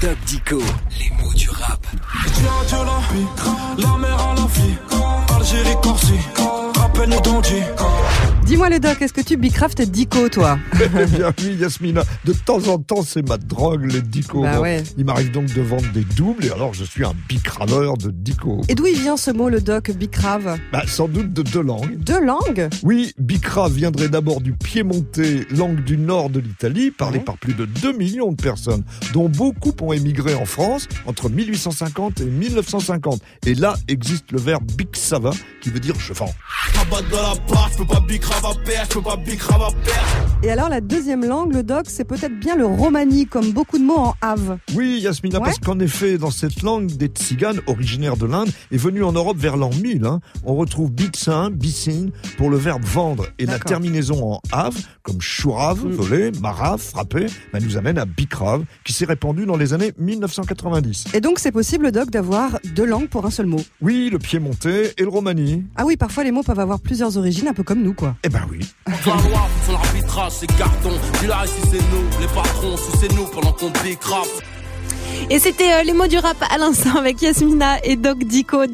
Doc Dico, les mots du rap. Dieu la la mer à la fille, Algérie, Corsi, rappelle-nous d'Andy. Dis-moi le doc, est-ce que tu bicraft Dico toi Eh Bien oui, Yasmina. De temps en temps, c'est ma drogue, les dico. Bah Bon, ouais. Il m'arrive donc de vendre des doubles et alors je suis un bicraveur de dico. Et d'où il vient ce mot le doc bicrave Bah, sans doute de deux langues. Deux langues Oui, bicra viendrait d'abord du piémontais, langue du nord de l'Italie, parlée Ouais. par plus de 2 millions de personnes, dont beaucoup ont émigré en France entre 1850 et 1950. Et là existe le verbe bixava, qui veut dire je vends. Rabat de la part, je peux pas bicrave à perdre, je peux pas bicrave à perdre. Et alors la deuxième langue, le doc, c'est peut-être bien le romani, comme beaucoup de mots en have. Oui, Yasmina, Ouais. parce qu'en effet, dans cette langue, des tziganes originaires de l'Inde et venus en Europe vers l'an 1000, hein, on retrouve bitsin, bissin pour le verbe vendre et la D'accord. terminaison en ave, comme chourave, Mm. voler, marave, frapper, bah, nous amène à bicrave, qui s'est répandu dans les années 1990. Et donc c'est possible, le doc, d'avoir deux langues pour un seul mot. Oui, le piémontais et le romani. Ah oui, parfois les mots peuvent avoir plusieurs origines, un peu comme nous, quoi. Eh ben oui. Valois, son arbitrage, c'est carton. Puis là, ici, c'est nous, les patrons, sous c'est nous pendant qu'on décrape. Et c'était euh, les mots du rap à l'instant avec Yasmina et Doc Dico.